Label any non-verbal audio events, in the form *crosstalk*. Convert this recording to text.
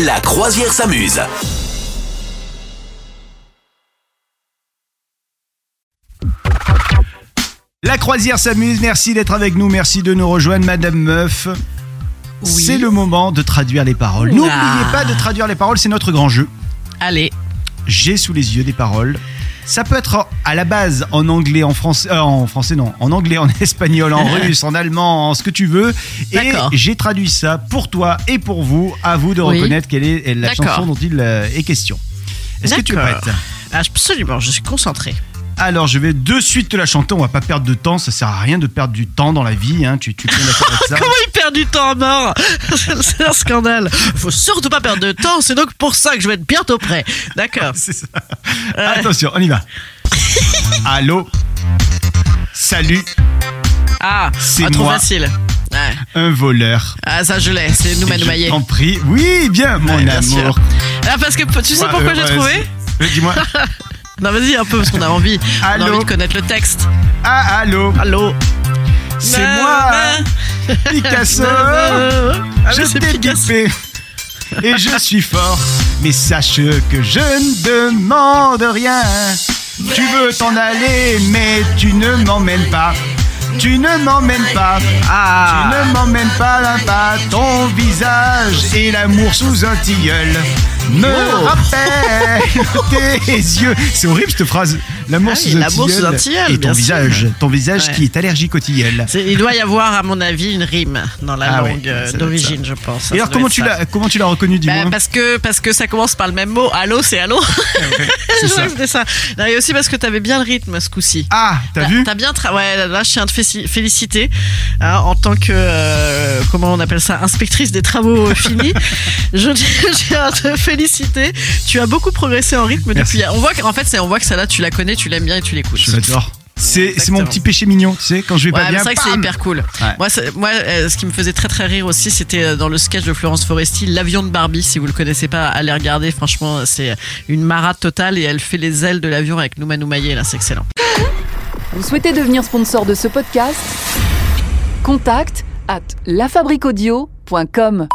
La croisière s'amuse. La croisière s'amuse, merci d'être avec nous, merci de nous rejoindre, Madame Meuf. Oui. C'est le moment de traduire les paroles. N'oubliez Ah. pas de traduire les paroles, c'est notre grand jeu. Allez, J'ai sous les yeux des paroles. Ça peut être à la base en anglais, en français, euh, en français non, en anglais, en *laughs* espagnol, *laughs* en russe, en allemand, en ce que tu veux. Et D'accord. j'ai traduit ça pour toi et pour vous. À vous de Oui. reconnaître quelle est la D'accord. chanson dont il euh, est question. Est-ce que tu es D'accord. prête absolument, je suis concentrée. Alors je vais de suite te la chanter, on va pas perdre de temps, ça sert à rien de perdre du temps dans la vie, hein. tu, tu es bien d'accord avec ça *laughs* Comment il perd du temps à mort *laughs* C'est un scandale. Faut surtout pas perdre de temps, c'est donc pour ça que je vais être bientôt prêt. D'accord. C'est ça. Ah, Attention, on y *laughs* va. Allô Salut, Ah, C'est ah, trop moi. facile. Ouais. un voleur. Ah, ça je l'ai, c'est Nouman Je Maillet. t'en prie. Oui, bien, mon Ouais, bien amour. sûr. Ah, parce que tu sais Ouais, pourquoi euh, j'ai ouais, trouvé c'est- Euh, *laughs* Dis-moi. Non, vas-y, un peu, parce qu'on a envie. On a Allô envie de connaître le texte. Ah, allô Allô C'est Na- moi, na- Picasso Ah, mais Je c'est t'ai Picasso. dupé. Et je suis fort. Mais sache que je ne demande rien. Tu veux t'en aller, mais tu ne m'emmènes pas. Tu ne m'emmènes pas. Ah. Tu ne m'emmènes pas là-bas. Ton visage et l'amour sous un tilleul me Oh. rappellent tes yeux. C'est horrible cette phrase. L'amour Ah oui, sous, un l'amour sous tilleul un tilleul, Et ton bien sûr. visage. Ton visage Ouais. qui est allergique au tilleul. C'est- Il doit y avoir, à mon avis, une rime dans la Ah oui, langue euh, ça doit être d'origine, je pense. Ça, Et ça alors doit comment être tu ça. l'as comment tu l'as reconnu du Bah, moins parce que parce que ça commence par le même mot. Allô, c'est allô. *laughs* C'est Je ça. crois que C'était ça. Non, et aussi parce que t'avais bien le rythme ce coup-ci. Ah, t'as vu T'as bien tra- ouais, là je tiens à te féci- féliciter hein, en tant que euh, comment on appelle ça inspectrice des travaux *laughs* finis. Je *laughs* tiens à te féliciter. Tu as beaucoup progressé en rythme Merci. depuis. On voit qu'en fait c'est on voit que ça là tu la connais, tu l'aimes bien et tu l'écoutes. Je l'adore. C'est c'est mon Exactement. petit péché mignon, tu sais, quand je vais Ouais, pas mais bien. c'est vrai que c'est bam hyper cool. Ouais. Moi, c'est- moi euh, ce qui me faisait très très rire aussi, c'était euh, dans le sketch de Florence Foresti, l'avion de Barbie. Si vous le connaissez pas, allez regarder. Franchement, c'est une marade totale et elle fait les ailes de l'avion avec Nouma Noumaillé. Là, c'est excellent. Vous souhaitez devenir sponsor de ce podcast Contact à lafabriquaudio.com.